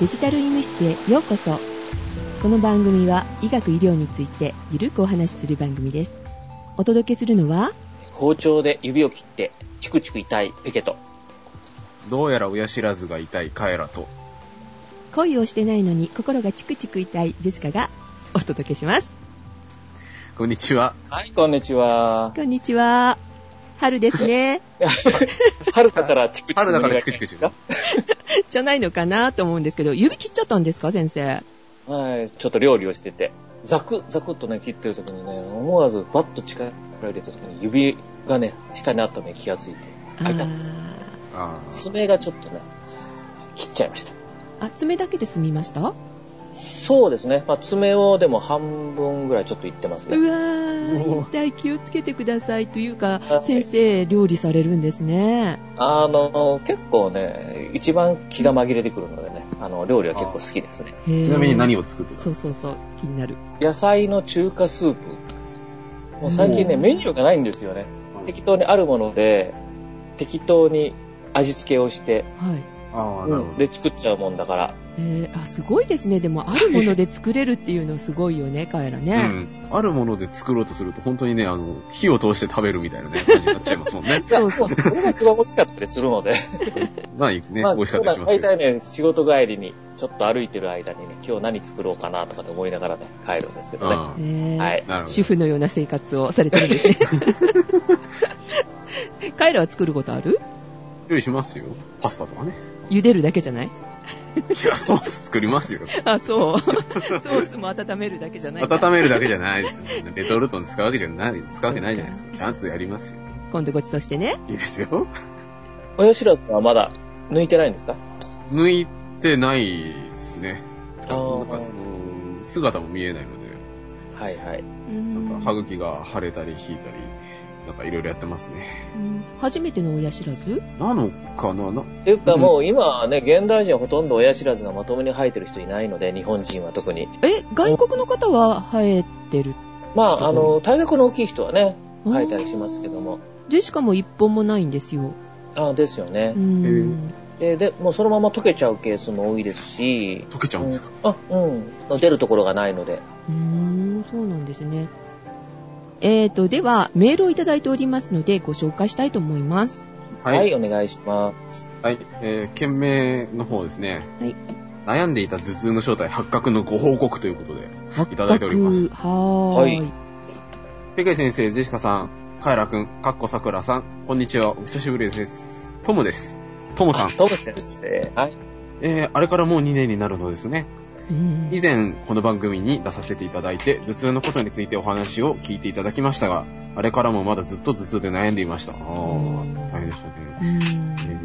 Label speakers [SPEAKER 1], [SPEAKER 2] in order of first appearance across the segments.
[SPEAKER 1] デジタル医務室へようこそこの番組は医学医療についてゆるくお話しする番組ですお届けするのは
[SPEAKER 2] 包丁で指を切って、チクチク痛いペケと。
[SPEAKER 3] どうやら親知らずが痛いカエラと。
[SPEAKER 1] 恋をしてないのに心がチクチク痛いジェシカがお届けします
[SPEAKER 3] こんにちは。
[SPEAKER 2] はい、こんにち は。
[SPEAKER 1] こんにちは春ですね
[SPEAKER 2] 春だからチクチク。
[SPEAKER 3] 春だからチクチクチク。
[SPEAKER 1] じゃないのかなと思うんですけど指切っちゃったんですか先生
[SPEAKER 2] はい、ちょっと料理をしてて、ザク、ザクっとね、切ってる時にね、思わずバッと力を入れた時に指がね、下にあったのに気がついて、開いた
[SPEAKER 1] あ。
[SPEAKER 3] あー
[SPEAKER 2] 爪がちょっとね、切っちゃいました。
[SPEAKER 1] ーあ爪だけで済みましたうわ
[SPEAKER 2] そうですね。まあ、爪をでも半分ぐらいちょっといってますね。
[SPEAKER 3] う
[SPEAKER 1] ー
[SPEAKER 3] わ
[SPEAKER 1] 一体気をつけてくださいというか
[SPEAKER 2] はい
[SPEAKER 1] 先生料理されるんですね
[SPEAKER 2] あの、結構ね、一番気が紛れてくるのでね、あの、料理は結構好きですね。
[SPEAKER 1] ち
[SPEAKER 3] ちなみに何を作ってた
[SPEAKER 1] そうそうそう、気になる。
[SPEAKER 2] 野菜の中華スープ。もう最近ね、
[SPEAKER 1] うん
[SPEAKER 2] メニューがないんですよね。適当にあるもので、適当に味付けをして、
[SPEAKER 1] はい。
[SPEAKER 3] ああ、なるほど。
[SPEAKER 2] で作っちゃうもんだから。。
[SPEAKER 1] えー、あ、すごいですね。でも、あるもので作れるっていうのすごいよ ね、カエラ
[SPEAKER 3] う
[SPEAKER 1] ね。
[SPEAKER 3] ん。あるもので作ろうとすると、本当にね、あの、火を通して食べるみたいなね、感じになっちゃいますもんね
[SPEAKER 2] そ うそう。これが一番美味しかったりするので。
[SPEAKER 3] ま あ、ね、美
[SPEAKER 2] まあ、
[SPEAKER 3] 味しかったりします
[SPEAKER 2] 大
[SPEAKER 3] けど。
[SPEAKER 2] 体ね、仕事帰りに、ちょっと歩いてる間にね、今日何作ろうかなとかって思いながらね、帰るんですけどね。
[SPEAKER 3] あ
[SPEAKER 1] えー
[SPEAKER 2] はい
[SPEAKER 3] あ。なるほ
[SPEAKER 1] 主婦のような生活をされてるん ですね。カエラは作ることある
[SPEAKER 3] ど。料理しますよ。パスタとかね。
[SPEAKER 1] 茹でるだけじゃない
[SPEAKER 3] いや、ソース作りますよ。
[SPEAKER 1] あ、 そう。ソースも温めるだけじゃない。
[SPEAKER 3] 温めるだけじゃないですよ。レトルトに使うわけじゃない、使うわけないじゃないですか。ちゃんとやりますよ。
[SPEAKER 1] 今度ごちそうしてね。
[SPEAKER 3] いいですよ。
[SPEAKER 2] 親知らずはまだ抜いてないんですか
[SPEAKER 3] 抜いてないですね。
[SPEAKER 2] あー
[SPEAKER 3] なんかその、姿も見えないので、
[SPEAKER 2] はいはい。
[SPEAKER 1] うん
[SPEAKER 3] なんか歯茎が腫れたり引いたり、なんかいろいろやってますね。
[SPEAKER 1] うん初めての親知らず
[SPEAKER 3] なのかなな、
[SPEAKER 2] っていうかもう今ね、現代人はほとんど親知らずがまともに生えてる人いないので、日本人は特に。
[SPEAKER 1] え、外国の方は生えてる。
[SPEAKER 2] ま
[SPEAKER 3] そう
[SPEAKER 2] あ、あの、体格の大きい人はね、生えたりしますけども。
[SPEAKER 1] ジェシカも一本もないんですよ。
[SPEAKER 2] あですよね
[SPEAKER 1] う。ん。
[SPEAKER 3] え
[SPEAKER 2] で、
[SPEAKER 3] ー
[SPEAKER 2] で、もうそのまま溶けちゃうケースも多いですし、
[SPEAKER 3] 溶けちゃうんですか、
[SPEAKER 2] あ、うん。出るところがないので。
[SPEAKER 1] うーん、そうなんですね。えーと、では、メールをいただいておりますので、ご紹介したいと思います。
[SPEAKER 2] はい、
[SPEAKER 3] はい。
[SPEAKER 2] お願いします。
[SPEAKER 3] はい。えー、件名の方ですね。
[SPEAKER 1] はい
[SPEAKER 3] 悩んでいた頭痛の正体発覚のご報告ということで。
[SPEAKER 1] い
[SPEAKER 3] いただいております
[SPEAKER 1] はーい。
[SPEAKER 2] はい
[SPEAKER 3] ペケ先生、ジェシカさん、カエラくん、カッコサクラさん、こんにちは。お久しぶりです。トムです。トムさん。
[SPEAKER 2] トム先生。はい。
[SPEAKER 3] えー、あれからもう2年になるのですね。
[SPEAKER 1] うん
[SPEAKER 3] 以前この番組に出させていただいて頭痛のことについてお話を聞いていただきましたがあれからもまだずっと頭痛で悩んでいましたああ大変でしたね、
[SPEAKER 1] うん
[SPEAKER 3] え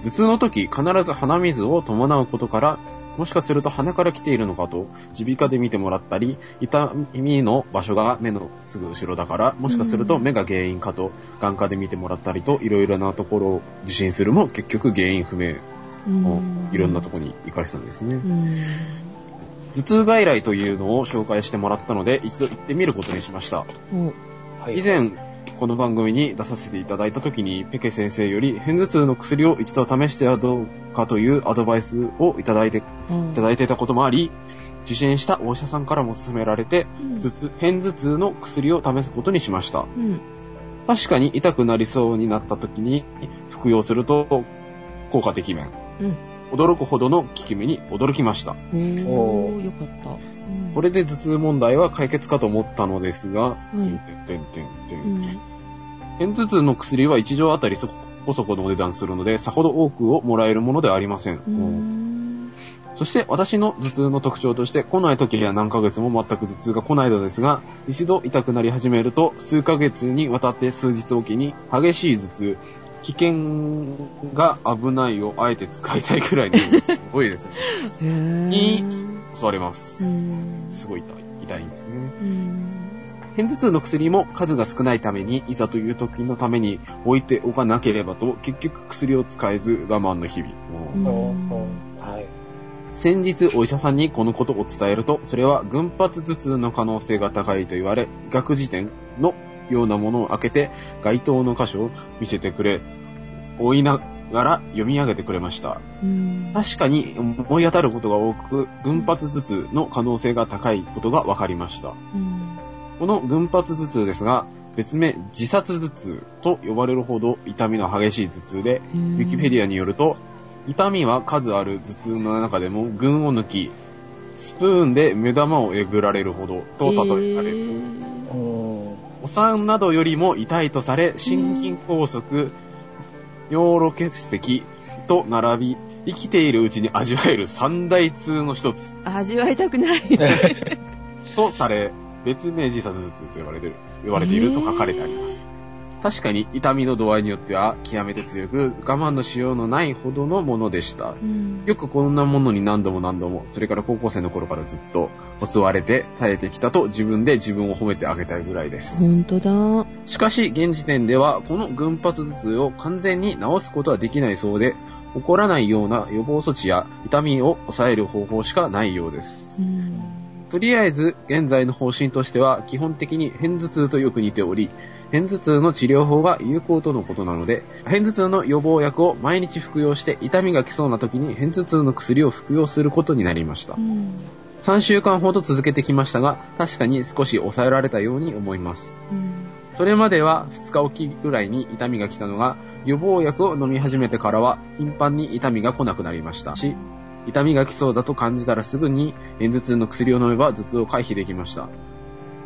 [SPEAKER 3] ー頭痛の時必ず鼻水を伴うことからもしかすると鼻から来ているのかと耳鼻科で見てもらったり痛みの場所が目のすぐ後ろだからもしかすると目が原因かと眼科で見てもらったりといろいろなところを受診するも結局原因不明のいろんなところに行かれてたんですね、
[SPEAKER 1] うん
[SPEAKER 3] 頭痛外来というのを紹介してもらったので、一度行ってみることにしました。
[SPEAKER 1] お
[SPEAKER 2] はい、
[SPEAKER 3] 以前、この番組に出させていただいた時に、ペケ先生より、偏頭痛の薬を一度試してはどうかというアドバイスをいただいて、い
[SPEAKER 1] はい
[SPEAKER 3] ただいていたこともあり、受診したお医者さんからも勧められて、
[SPEAKER 1] うん
[SPEAKER 3] 頭痛、偏頭痛の薬を試すことにしました。
[SPEAKER 1] うん
[SPEAKER 3] 確かに痛くなりそうになった時に服用すると効果的面。
[SPEAKER 1] うん
[SPEAKER 3] 驚くほどの効き目に驚きました。
[SPEAKER 1] おー、よかった。うん
[SPEAKER 3] これで頭痛問題は解決かと思ったのですが、
[SPEAKER 1] い
[SPEAKER 3] てんてんてんてんて
[SPEAKER 1] うんん
[SPEAKER 3] 偏頭痛の薬は1錠あたりそこそこのお値段するので、さほど多くをもらえるものではありません。
[SPEAKER 1] うん
[SPEAKER 3] そして私の頭痛の特徴として、来ない時や何ヶ月も全く頭痛が来ないのですが、一度痛くなり始めると、数ヶ月にわたって数日おきに激しい頭痛、危険が危ないをあえて使いたいくらいに、すごいですね。
[SPEAKER 1] へー
[SPEAKER 3] いい襲われま
[SPEAKER 1] う
[SPEAKER 3] す。
[SPEAKER 1] ん
[SPEAKER 3] すごい痛い痛いんですね。
[SPEAKER 1] うん
[SPEAKER 3] 偏頭痛の薬も数が少ないために、いざという時のために置いておかなければと、結局薬を使えず我慢の日々。
[SPEAKER 1] うん
[SPEAKER 2] はい。
[SPEAKER 3] 先日お医者さんにこのことを伝えると、それは群発頭痛の可能性が高いと言われ、医学辞典のようなものを開けて、該当の箇所を見せてくれ、追いな、がら読み上げてくれました。
[SPEAKER 1] うん。
[SPEAKER 3] 確かに思い当たることが多く、群発頭痛の可能性が高いことが分かりました。
[SPEAKER 1] うん
[SPEAKER 3] この群発頭痛ですが、別名自殺頭痛と呼ばれるほど痛みの激しい頭痛で、ウィキペディアによると、痛みは数ある頭痛の中でも群を抜き、スプーンで目玉をえぐられるほどと例えられる。
[SPEAKER 2] うーん。
[SPEAKER 3] お産などよりも痛いとされ、心筋梗塞、尿路結石と並び、生きているうちに味わえる三大痛の一つ
[SPEAKER 1] 味わいたく ない。
[SPEAKER 3] とされ、別名自殺頭痛と呼ばれている、呼ばれていると書かれてあります。確かに痛みの度合いによっては極めて強く我慢のしようのないほどのものでした。
[SPEAKER 1] うん。
[SPEAKER 3] よくこんなものに何度も何度も、それから高校生の頃からずっと襲われて耐えてきたと自分で自分を褒めてあげたいぐらいです。
[SPEAKER 1] ほんとだ。
[SPEAKER 3] しかし、現時点では、この群発頭痛を完全に治すことはできないそうで、起こらないような予防措置や痛みを抑える方法しかないようです。
[SPEAKER 1] うん。
[SPEAKER 3] とりあえず、現在の方針としては、基本的に片頭痛とよく似ており、片頭痛の治療法が有効とのことなので、片頭痛の予防薬を毎日服用して、痛みが来そうな時に片頭痛の薬を服用することになりました
[SPEAKER 1] う。ん。
[SPEAKER 3] 3週間ほど続けてきましたが、確かに少し抑えられたように思います。
[SPEAKER 1] うん
[SPEAKER 3] それまでは2日おきぐらいに痛みが来たのが、予防薬を飲み始めてからは頻繁に痛みが来なくなりましたし、痛みが来そうだと感じたらすぐに片頭痛の薬を飲めば頭痛を回避できました。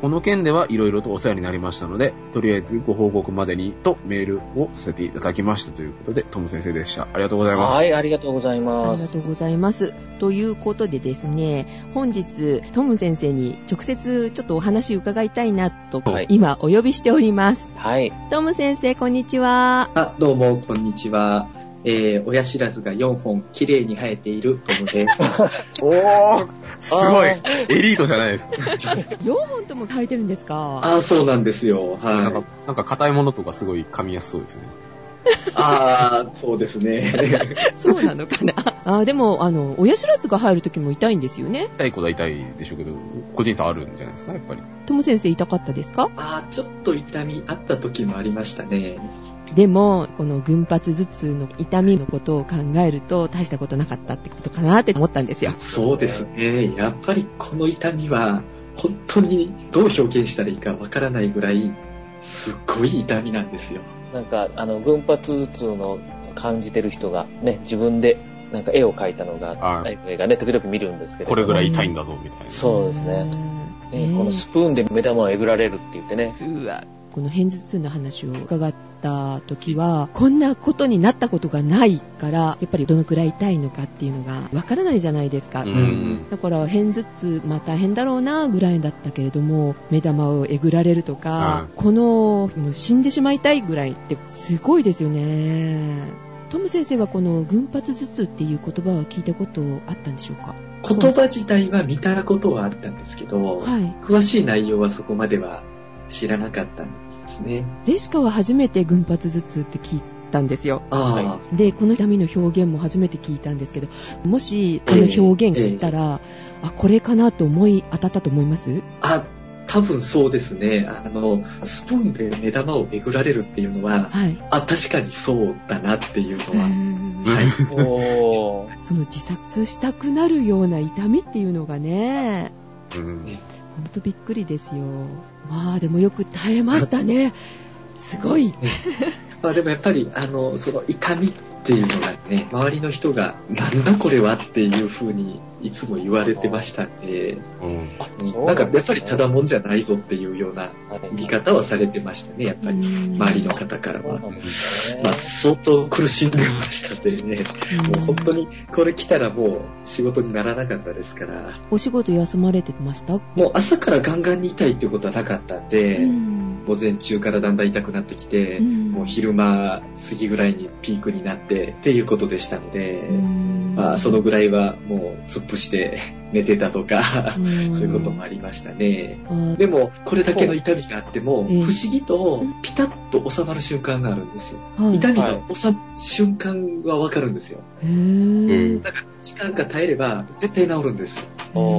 [SPEAKER 3] この件では色々とお世話になりましたので、とりあえずご報告までにとメールをさせていただきましたということで、トム先生でした。ありがとうございます。
[SPEAKER 2] はい、ありがとうござい
[SPEAKER 1] あ
[SPEAKER 2] ま
[SPEAKER 1] りが
[SPEAKER 2] す。
[SPEAKER 1] とうございます。ということでですね、本日、トム先生に直接ちょっとお話伺いたいなと、
[SPEAKER 2] はい
[SPEAKER 1] 今お呼びしております。
[SPEAKER 2] はい。
[SPEAKER 1] トム先生、こんにちは。
[SPEAKER 4] あ、どうも、こんにちは。えー、親知らずが4本、綺麗に生えているト ムです。
[SPEAKER 3] おーすご
[SPEAKER 2] あ
[SPEAKER 3] いエリートじゃないですか。
[SPEAKER 1] 4本とも書いてるんですか
[SPEAKER 4] あー、そうなんですよ。は
[SPEAKER 3] なんか
[SPEAKER 4] い。、
[SPEAKER 3] なんか硬いものとかすごい噛みやすそうですね。
[SPEAKER 4] あー、そうですね。
[SPEAKER 1] そうなのかな あでも、あの、親知らずが入るときも痛いんですよね。
[SPEAKER 3] 痛いことは痛いでしょうけど、個人差あるんじゃないですか、やっぱり。
[SPEAKER 1] トム先生痛かったですか
[SPEAKER 4] あー、ちょっと痛みあった時もありましたね。
[SPEAKER 1] でも、この群発頭痛の痛みのことを考えると、大したことなかったってことかなって思ったんですよ。
[SPEAKER 4] そうですね。やっぱりこの痛みは、本当にどう表現したらいいかわからないぐらい、すっごい痛みなんですよ。
[SPEAKER 2] なんか、あの、群発頭痛の感じてる人が、ね、自分で、なんか絵を描いたのが、
[SPEAKER 3] あー
[SPEAKER 2] 絵がね、時々見るんですけど。
[SPEAKER 3] これぐらい痛いんだぞ、みたいな。
[SPEAKER 2] そうですね。
[SPEAKER 1] う
[SPEAKER 2] ね
[SPEAKER 1] ん。
[SPEAKER 2] このスプーンで目玉をえぐられるって言っ てね。
[SPEAKER 1] うわこの片頭痛の話を伺った時はこんなことになったことがないからやっぱりどのくらい痛いのかっていうのがわからないじゃないですか、
[SPEAKER 3] うん。
[SPEAKER 1] だから片頭痛まあ大変だろうなぐらいだったけれども目玉をえぐられるとか、このもう死んでしまいたいぐらいってすごいですよねトム先生はこの群発頭痛っていう言葉は聞いたことあったんでしょうか
[SPEAKER 4] 言葉自体は見たことはあったんですけど、
[SPEAKER 1] はい
[SPEAKER 4] 詳しい内容はそこまでは知らなかったんですね。
[SPEAKER 1] ジェシカは初めて群発頭痛って聞いたんですよ
[SPEAKER 4] あー、
[SPEAKER 2] は
[SPEAKER 1] でこの痛みの表現も初めて聞いたんですけどもしこの表現知ったら、あこれかなと思い当たったと思います
[SPEAKER 4] あ、多分そうですね。あの、スプーンで目玉をめぐられるっていうのは、
[SPEAKER 1] はい、
[SPEAKER 4] あ、確かにそうだなっていうの
[SPEAKER 1] う
[SPEAKER 4] は。
[SPEAKER 1] ん
[SPEAKER 3] はい
[SPEAKER 2] おー。
[SPEAKER 1] その自殺したくなるような痛みっていうのがね
[SPEAKER 3] うん
[SPEAKER 1] ほんとびっくりですよまあでもよく耐えましたねすごい
[SPEAKER 4] まあでもやっぱり、あの、その痛みっていうのがね、周りの人が、なんだこれはっていう風にいつも言われてましたんで、
[SPEAKER 3] うん
[SPEAKER 2] あ
[SPEAKER 4] うんなんかやっぱりただもんじゃないぞっていうような見方はされてましたね、やっぱり。周
[SPEAKER 1] 周
[SPEAKER 4] りの方から
[SPEAKER 2] そう
[SPEAKER 4] は
[SPEAKER 2] な。んですね
[SPEAKER 4] まあ相当苦しんでましたんでね、もう本当にこれ来たらもう仕事にならなかったですから、
[SPEAKER 1] お仕事休まれてました、
[SPEAKER 4] もう朝からガンガンに痛いっていうことはなかったんで、
[SPEAKER 1] うん
[SPEAKER 4] 午前中からだんだん痛くなってきて、
[SPEAKER 1] うん
[SPEAKER 4] もう昼間過ぎぐらいにピークになってっていうことでしたので、
[SPEAKER 1] うん
[SPEAKER 4] まあ、そのぐらいはもう突っ伏して 寝てたとか、
[SPEAKER 1] ん
[SPEAKER 4] そういうこともありましたね。
[SPEAKER 1] あ
[SPEAKER 4] でも、これだけの痛みがあっても、
[SPEAKER 1] ええ
[SPEAKER 4] 不思議とピタッと収まる瞬間があるんですよ。
[SPEAKER 1] はい
[SPEAKER 4] 痛み
[SPEAKER 2] は
[SPEAKER 4] が
[SPEAKER 2] い
[SPEAKER 4] 収まる瞬間はわかるんですよ。
[SPEAKER 1] へー
[SPEAKER 3] うん
[SPEAKER 4] 時間が耐えれば絶対治るんですよ。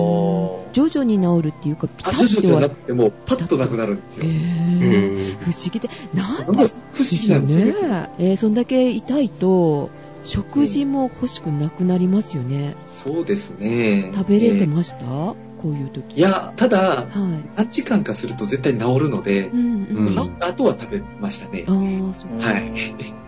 [SPEAKER 2] おー
[SPEAKER 1] 徐々に治るっていうか、ピタ
[SPEAKER 4] あ、徐
[SPEAKER 1] ッ
[SPEAKER 4] 々
[SPEAKER 1] て
[SPEAKER 4] じゃな
[SPEAKER 1] は
[SPEAKER 4] くてもうパッとなくなるんです
[SPEAKER 1] え
[SPEAKER 4] よ。
[SPEAKER 1] ー不思議で、なん
[SPEAKER 4] なんか
[SPEAKER 1] で
[SPEAKER 4] 不思議なんですよね。
[SPEAKER 1] ね。えーそんだけ痛いと、食事も欲しくなくなりますよね。
[SPEAKER 4] そうですね。
[SPEAKER 1] 食べれて
[SPEAKER 4] え
[SPEAKER 1] ました、こういう時。
[SPEAKER 4] ーいや、ただ、
[SPEAKER 1] は
[SPEAKER 4] 何時間かすると絶対治るので
[SPEAKER 1] い。う、んうん。
[SPEAKER 3] うん
[SPEAKER 4] 治った後は食べましたね。
[SPEAKER 1] ああ、そう。
[SPEAKER 4] はい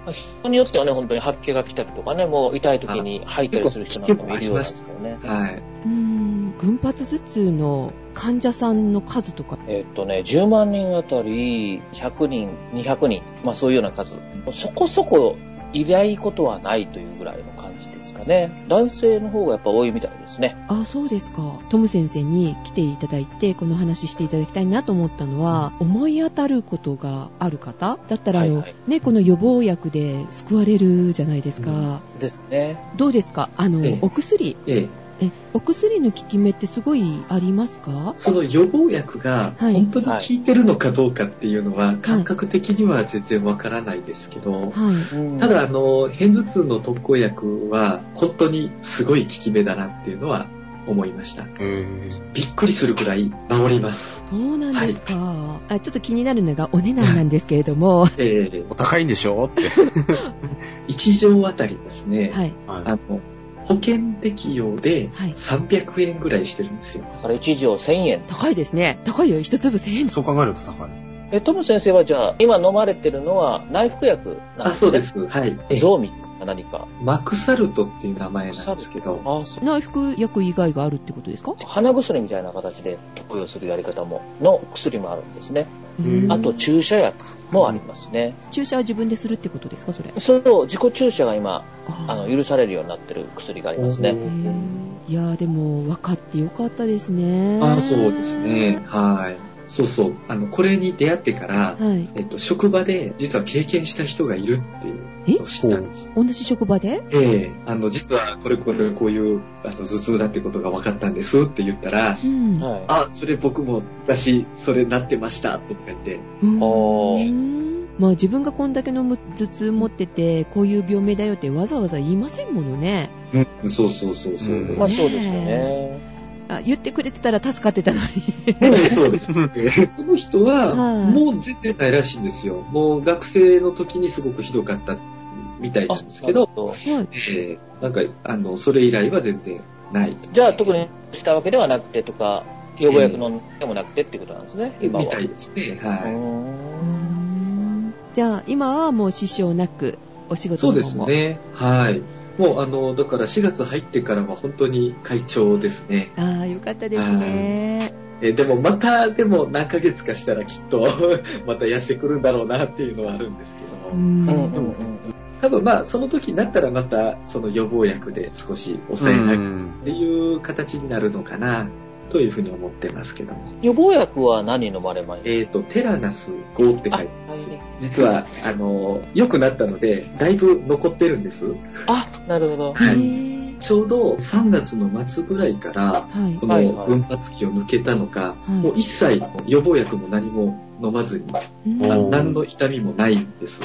[SPEAKER 2] まあ人によってはね、本当に白気が来たりとかね、もう痛い時に吐いたりする人なんかもいるようなんですけどね。
[SPEAKER 4] はい。
[SPEAKER 1] うん。群発頭痛の患者さんの数とか。
[SPEAKER 2] えっとね、10万人あたり100人、200人、まあそういうような数。そこそこいないことはないというぐらいの感じですかね。男性の方がやっぱ多いみたいですね。
[SPEAKER 1] ああ、そうですか。トム先生に来ていただいて、この話していただきたいなと思ったのは、思い当たることがある方だったら、あの、
[SPEAKER 2] はいはい
[SPEAKER 1] ね、この予防薬で救われるじゃないですか。
[SPEAKER 2] ですね。
[SPEAKER 1] どうですかあの、
[SPEAKER 4] ええ
[SPEAKER 1] お薬。
[SPEAKER 4] えー
[SPEAKER 1] え、お薬の効き目ってすごいありますか
[SPEAKER 4] その予防薬が
[SPEAKER 1] はい
[SPEAKER 4] 本当に効いてるのかどうかっていうのは感覚的には全然わからないですけ
[SPEAKER 1] はい。
[SPEAKER 4] ど、
[SPEAKER 2] た
[SPEAKER 4] ただあ、の、片頭痛の特効薬は本当にすごい効き目だなっていうのは思いました。びっくりするくらい治ります。
[SPEAKER 1] そうなんですか、あ。ちょっと気になるのがお値段なんですけれども、
[SPEAKER 4] えー
[SPEAKER 3] お高いんでしょって。
[SPEAKER 4] 1錠あたりですね、
[SPEAKER 1] はい。
[SPEAKER 4] あの、保険適用で
[SPEAKER 1] はい。
[SPEAKER 4] 300円ぐらいしてるんですよ。
[SPEAKER 2] だから1錠1000円。
[SPEAKER 1] 高いですね。高いよ。一粒1000円。
[SPEAKER 3] そう考えると高い。
[SPEAKER 2] え、トム先生はじゃあ、今飲まれてるのは内服薬なん
[SPEAKER 4] あ、
[SPEAKER 2] ですね。
[SPEAKER 4] そうで。す。はい。えー
[SPEAKER 2] ゾーミックか何か。
[SPEAKER 4] マクサルトっていう名前なんですけど、
[SPEAKER 2] あ、そう。
[SPEAKER 1] 内服薬以外があるってことですか
[SPEAKER 2] 鼻薬みたいな形で投与するやり方も、の薬もあるんですね。
[SPEAKER 3] うん
[SPEAKER 2] あと、注射薬もありますね。
[SPEAKER 1] 注射は自分でするってことですかそれ。
[SPEAKER 2] それを自己注射が今、
[SPEAKER 1] あ
[SPEAKER 2] あの、許されるようになってる薬があります
[SPEAKER 4] う
[SPEAKER 1] へ
[SPEAKER 2] ね。
[SPEAKER 1] ーいやーでも分かってよかったですね。
[SPEAKER 4] あそうですね。。はい。そうそう。あの、これに出会ってから、
[SPEAKER 1] はい。
[SPEAKER 4] えっと、職場で実は経験した人がいるっていうのを知ったんです。
[SPEAKER 1] 同じ職場で
[SPEAKER 4] ええあの、実はこれこれこういうあの頭痛だってことが分かったんですって言ったら、
[SPEAKER 1] うん。い。
[SPEAKER 2] はい。
[SPEAKER 4] あ、それ僕も私、それなってましたとか言って、
[SPEAKER 2] おー
[SPEAKER 1] まあ自分がこんだけのむ頭痛持ってて、こういう病名だよってわざわざ言いませんものね。
[SPEAKER 4] うんそうそうそうそう。
[SPEAKER 3] うん
[SPEAKER 2] まあそうですよ
[SPEAKER 1] ね
[SPEAKER 2] ね。
[SPEAKER 1] あ言ってくれてたら助かってたの に。
[SPEAKER 4] うんそうです。その人は、
[SPEAKER 1] はい
[SPEAKER 4] もう全然ないらしいんですよ。もう学生の時にすごくひどかったみたい
[SPEAKER 2] あ、
[SPEAKER 4] なんです
[SPEAKER 2] な
[SPEAKER 4] け
[SPEAKER 2] る
[SPEAKER 4] ど、
[SPEAKER 2] ほど。
[SPEAKER 1] はい。
[SPEAKER 4] ええなんか、あの、それ以来は全然ないと。
[SPEAKER 2] じゃあ特にしたわけではなくてとか、予防薬飲んでもなくてってことなんですね、今は。
[SPEAKER 4] みたいですね。
[SPEAKER 2] うー
[SPEAKER 4] はい。
[SPEAKER 2] ん
[SPEAKER 1] じゃあ今はもう支障なくお仕事
[SPEAKER 4] そう
[SPEAKER 1] の
[SPEAKER 4] で
[SPEAKER 1] 方
[SPEAKER 4] す
[SPEAKER 1] も。
[SPEAKER 4] ね。はい。もう、あの、だから4月入ってからは本当に会長ですね。
[SPEAKER 1] ああ、よかったですね。
[SPEAKER 4] えーでも、また、でも何ヶ月かしたらきっと、 またやってくるんだろうなっていうのはあるんですけど
[SPEAKER 1] う
[SPEAKER 4] も。
[SPEAKER 1] ん。
[SPEAKER 2] うんうんうん
[SPEAKER 4] 多分、まあ、その時になったらまた、その予防薬で少し抑えたいっていう形になるのかな、というふうに思ってますけども。
[SPEAKER 2] 予防薬は何飲まれました
[SPEAKER 4] えっ、と、テラナス5って書いて
[SPEAKER 2] あ、
[SPEAKER 4] あ
[SPEAKER 2] は
[SPEAKER 4] る
[SPEAKER 2] い
[SPEAKER 4] んですよ。実は、あの、良くなったので、だいぶ残ってるんです。
[SPEAKER 2] あ、なるほど。
[SPEAKER 1] へ
[SPEAKER 4] はい
[SPEAKER 1] ー
[SPEAKER 4] ちょうど3月の末ぐらいから、
[SPEAKER 1] はい
[SPEAKER 4] こ。
[SPEAKER 2] はいは
[SPEAKER 4] の
[SPEAKER 2] い
[SPEAKER 4] 群発期を抜けたのか、
[SPEAKER 1] い
[SPEAKER 4] もう一切予防薬も何も飲まずに、
[SPEAKER 1] うん
[SPEAKER 3] おー
[SPEAKER 4] 何の痛みもないんです。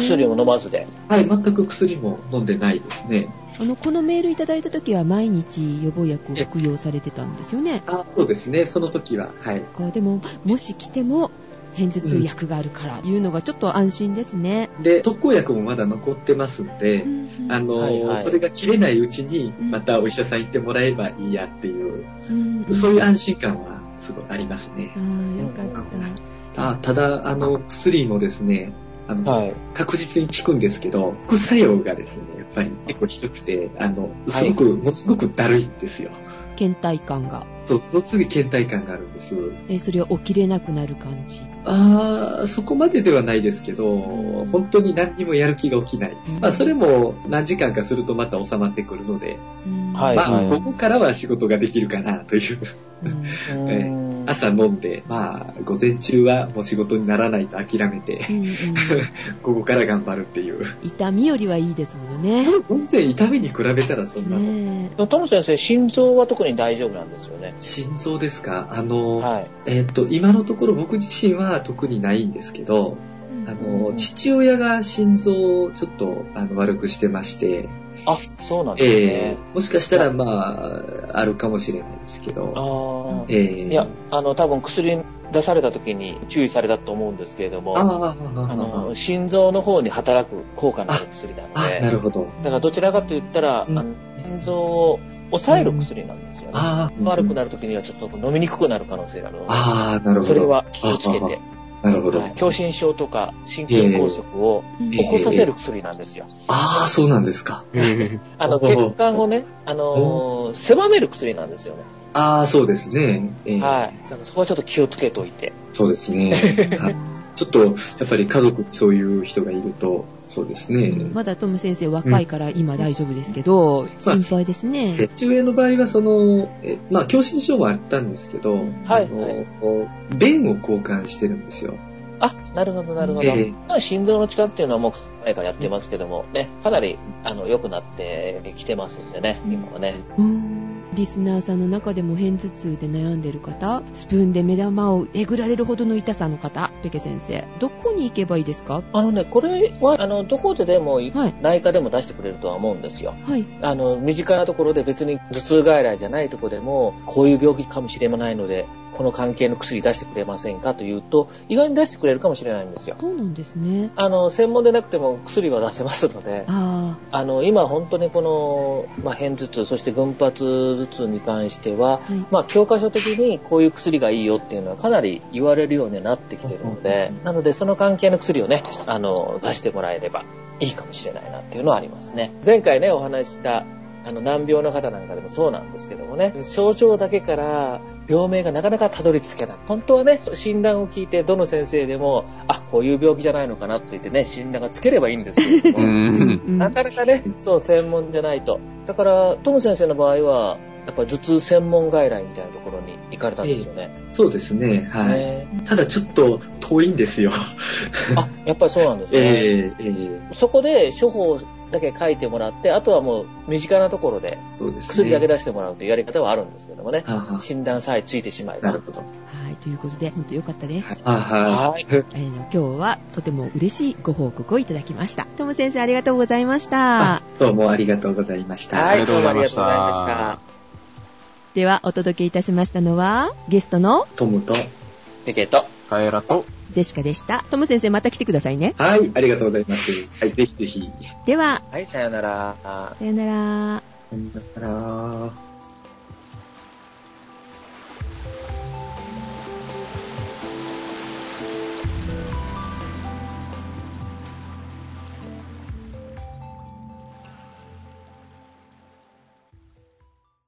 [SPEAKER 2] 薬も飲まずで。
[SPEAKER 4] はい、全く薬も飲んでないですね。
[SPEAKER 1] あのこのメールいただいた時は毎日予防薬を服用されてたんですよね
[SPEAKER 4] あ、そうですね、その時は。はい。
[SPEAKER 1] こうでももし来ても片頭痛薬があるからいうのがちょっと安心ですね、
[SPEAKER 4] で、特効薬もまだ残ってますので、あの、
[SPEAKER 2] はいはい
[SPEAKER 4] それが切れないうちに、
[SPEAKER 1] うん
[SPEAKER 4] またお医者さん行ってもらえばいいやっていう、
[SPEAKER 1] うん
[SPEAKER 4] そういう安心感はすごいありますね。
[SPEAKER 1] あーよかった
[SPEAKER 4] あただ、あの、薬もですね、あの、
[SPEAKER 2] はい。
[SPEAKER 4] 確実に効くんですけど、副作用がですね、やっぱり結構ひどくて、あの、すごく、ものすごくだるいんですよ。
[SPEAKER 1] 倦怠感が、
[SPEAKER 4] そう、その次倦怠感があるんです。
[SPEAKER 1] えーそれは起きれなくなる感じ
[SPEAKER 4] あー、そこまでではないですけど、本当に何にもやる気が起きない。まあ、それも何時間かするとまた収まってくるので、
[SPEAKER 1] うん
[SPEAKER 2] はい
[SPEAKER 4] まあ、ここからは仕事ができるかなという。
[SPEAKER 1] うん
[SPEAKER 2] うん
[SPEAKER 4] 朝飲んで、まあ、午前中はもう仕事にならないと諦めて
[SPEAKER 1] う、んうん
[SPEAKER 4] 午後から頑張るっていう。
[SPEAKER 1] 痛みよりはいいですものね
[SPEAKER 4] 全然痛みに比べたらそんなの。
[SPEAKER 1] ねえ
[SPEAKER 2] トム先生、心臓は特に大丈夫なんですよね。
[SPEAKER 4] 心臓ですかあの、
[SPEAKER 2] はい。
[SPEAKER 4] えっ、と、今のところ僕自身は特にないんですけど、あ
[SPEAKER 2] う
[SPEAKER 4] の、
[SPEAKER 2] ん
[SPEAKER 4] 父親が心臓をちょっとあの悪くしてまして、
[SPEAKER 2] あ、そうなんです
[SPEAKER 4] え
[SPEAKER 2] ね。
[SPEAKER 4] ーもしかしたら、まあ、あるかもしれないですけ
[SPEAKER 2] あ
[SPEAKER 4] ど、
[SPEAKER 2] あ
[SPEAKER 4] えー
[SPEAKER 2] いや、あの、多分薬出された時に注意されたと思うんですけれども、あ
[SPEAKER 4] あー
[SPEAKER 2] の、心臓の方に働く効果のある薬なの
[SPEAKER 4] あ
[SPEAKER 2] で、
[SPEAKER 4] な
[SPEAKER 2] だ
[SPEAKER 4] るほど。
[SPEAKER 2] からどちらかと言ったら、
[SPEAKER 4] うん
[SPEAKER 2] あの心臓を抑える薬なんですよね。
[SPEAKER 4] ああ、
[SPEAKER 2] 悪くなる時にはちょっと飲みにくくなる可能性があるので、
[SPEAKER 4] ああ、なるほ
[SPEAKER 2] それ
[SPEAKER 4] ど。
[SPEAKER 2] は気をつけて、
[SPEAKER 4] なるほど。
[SPEAKER 2] はい狭心症とか心筋梗塞を起こさせる薬なんですよ。
[SPEAKER 4] ああ、そうなんですか。
[SPEAKER 3] え
[SPEAKER 2] あの、
[SPEAKER 4] ほうほう
[SPEAKER 2] 血管をね、あのー狭める薬なんですよね。
[SPEAKER 4] ああ、そうですね。えー
[SPEAKER 2] はい。だからそこはちょっと気をつけておいて。
[SPEAKER 4] そうで すね。はいちょっと、やっぱり家族にそういう人がいると、そうですね。
[SPEAKER 1] まだトム先生若いから今大丈夫ですけど、心配ですね。
[SPEAKER 4] 父親の場合は、その、えまあ、狭心症もあったんですけど、
[SPEAKER 2] はい
[SPEAKER 4] あの
[SPEAKER 2] はい
[SPEAKER 4] こう便を交換してるんですよ。
[SPEAKER 2] あ、なるほど、なるほど。
[SPEAKER 4] ええ
[SPEAKER 2] まあ心臓の力っていうのはもう前からやってますけども、ね、かなり、あの、良くなってきてますんでね、今はね。
[SPEAKER 1] うんリスナーさんの中でも片頭痛で悩んでる方、スプーンで目玉をえぐられるほどの痛さの方、ペケ先生、どこに行けばいいですか
[SPEAKER 2] あのね、これは、あの、どこででも、
[SPEAKER 1] はい。
[SPEAKER 2] 内科でも出してくれるとは思うんですよ。
[SPEAKER 1] はい。
[SPEAKER 2] あの、身近なところで別に頭痛外来じゃないところでも、こういう病気かもしれないので、この関係の薬出してくれませんかというと、意外に出してくれるかもしれないんですよ。
[SPEAKER 1] そうなんですね。
[SPEAKER 2] あの、専門でなくても薬は出せますので、
[SPEAKER 1] あ
[SPEAKER 2] あの、今本当にこの、まあ、片頭痛、そして群発頭痛に関して
[SPEAKER 1] あ、、
[SPEAKER 2] は
[SPEAKER 1] はい。
[SPEAKER 2] まあ、教科書的にこういう薬がいいよっていうのはかなり言われるようになってきてるので、なのでその関係の薬をね、あの、出してもらえればいいかもしれないなっていうのはありますね。前回ね、お話しした、あの、難病の方なんかでもそうなんですけどもね、症状だけから病名がなかなかたどり着けない。本当はね、診断を聞いてどの先生でも、あ、こういう病気じゃないのかなって言ってね、診断がつければいいんですけれど
[SPEAKER 3] う
[SPEAKER 2] も、
[SPEAKER 3] ん。
[SPEAKER 1] うん
[SPEAKER 2] なかなかね、そう、専門じゃないと。だから、トム先生の場合は、やっぱ頭痛専門外来みたいなところに行かれたんですよね。
[SPEAKER 4] そうですね。はい。
[SPEAKER 2] ね
[SPEAKER 4] ただちょっと遠いんですよ。
[SPEAKER 2] あ、やっぱりそうなんですね。
[SPEAKER 4] ええええ
[SPEAKER 2] そこで処方だけ書いてもらって、あとはもう身近なところで
[SPEAKER 4] そうですね。
[SPEAKER 2] 薬だけ出してもらうというやり方はあるんですけどもね。
[SPEAKER 4] はあは
[SPEAKER 2] 診断さえついてしまえ
[SPEAKER 4] あな
[SPEAKER 2] ば
[SPEAKER 4] る。ほど。
[SPEAKER 1] はい。ということで、本当良かったです。
[SPEAKER 4] はあはあ
[SPEAKER 2] はい。
[SPEAKER 1] えー今日はとても嬉しいご報告をいただきました。とも先生、ありがとうございました。
[SPEAKER 4] どうもありがとうございました。
[SPEAKER 2] はい、どうもありがとうございまし
[SPEAKER 3] あ
[SPEAKER 2] た。
[SPEAKER 1] では、お届けいたしましたのは、ゲストの
[SPEAKER 4] トムと。
[SPEAKER 2] ペケと。
[SPEAKER 3] カエラと、
[SPEAKER 1] ジェシカでした。とも先生、また来てくださいね。
[SPEAKER 4] はい、ありがとうございます。はい、ぜひぜひ。
[SPEAKER 1] では、
[SPEAKER 2] はい、さよなら。
[SPEAKER 1] さよなら。
[SPEAKER 4] さよなら。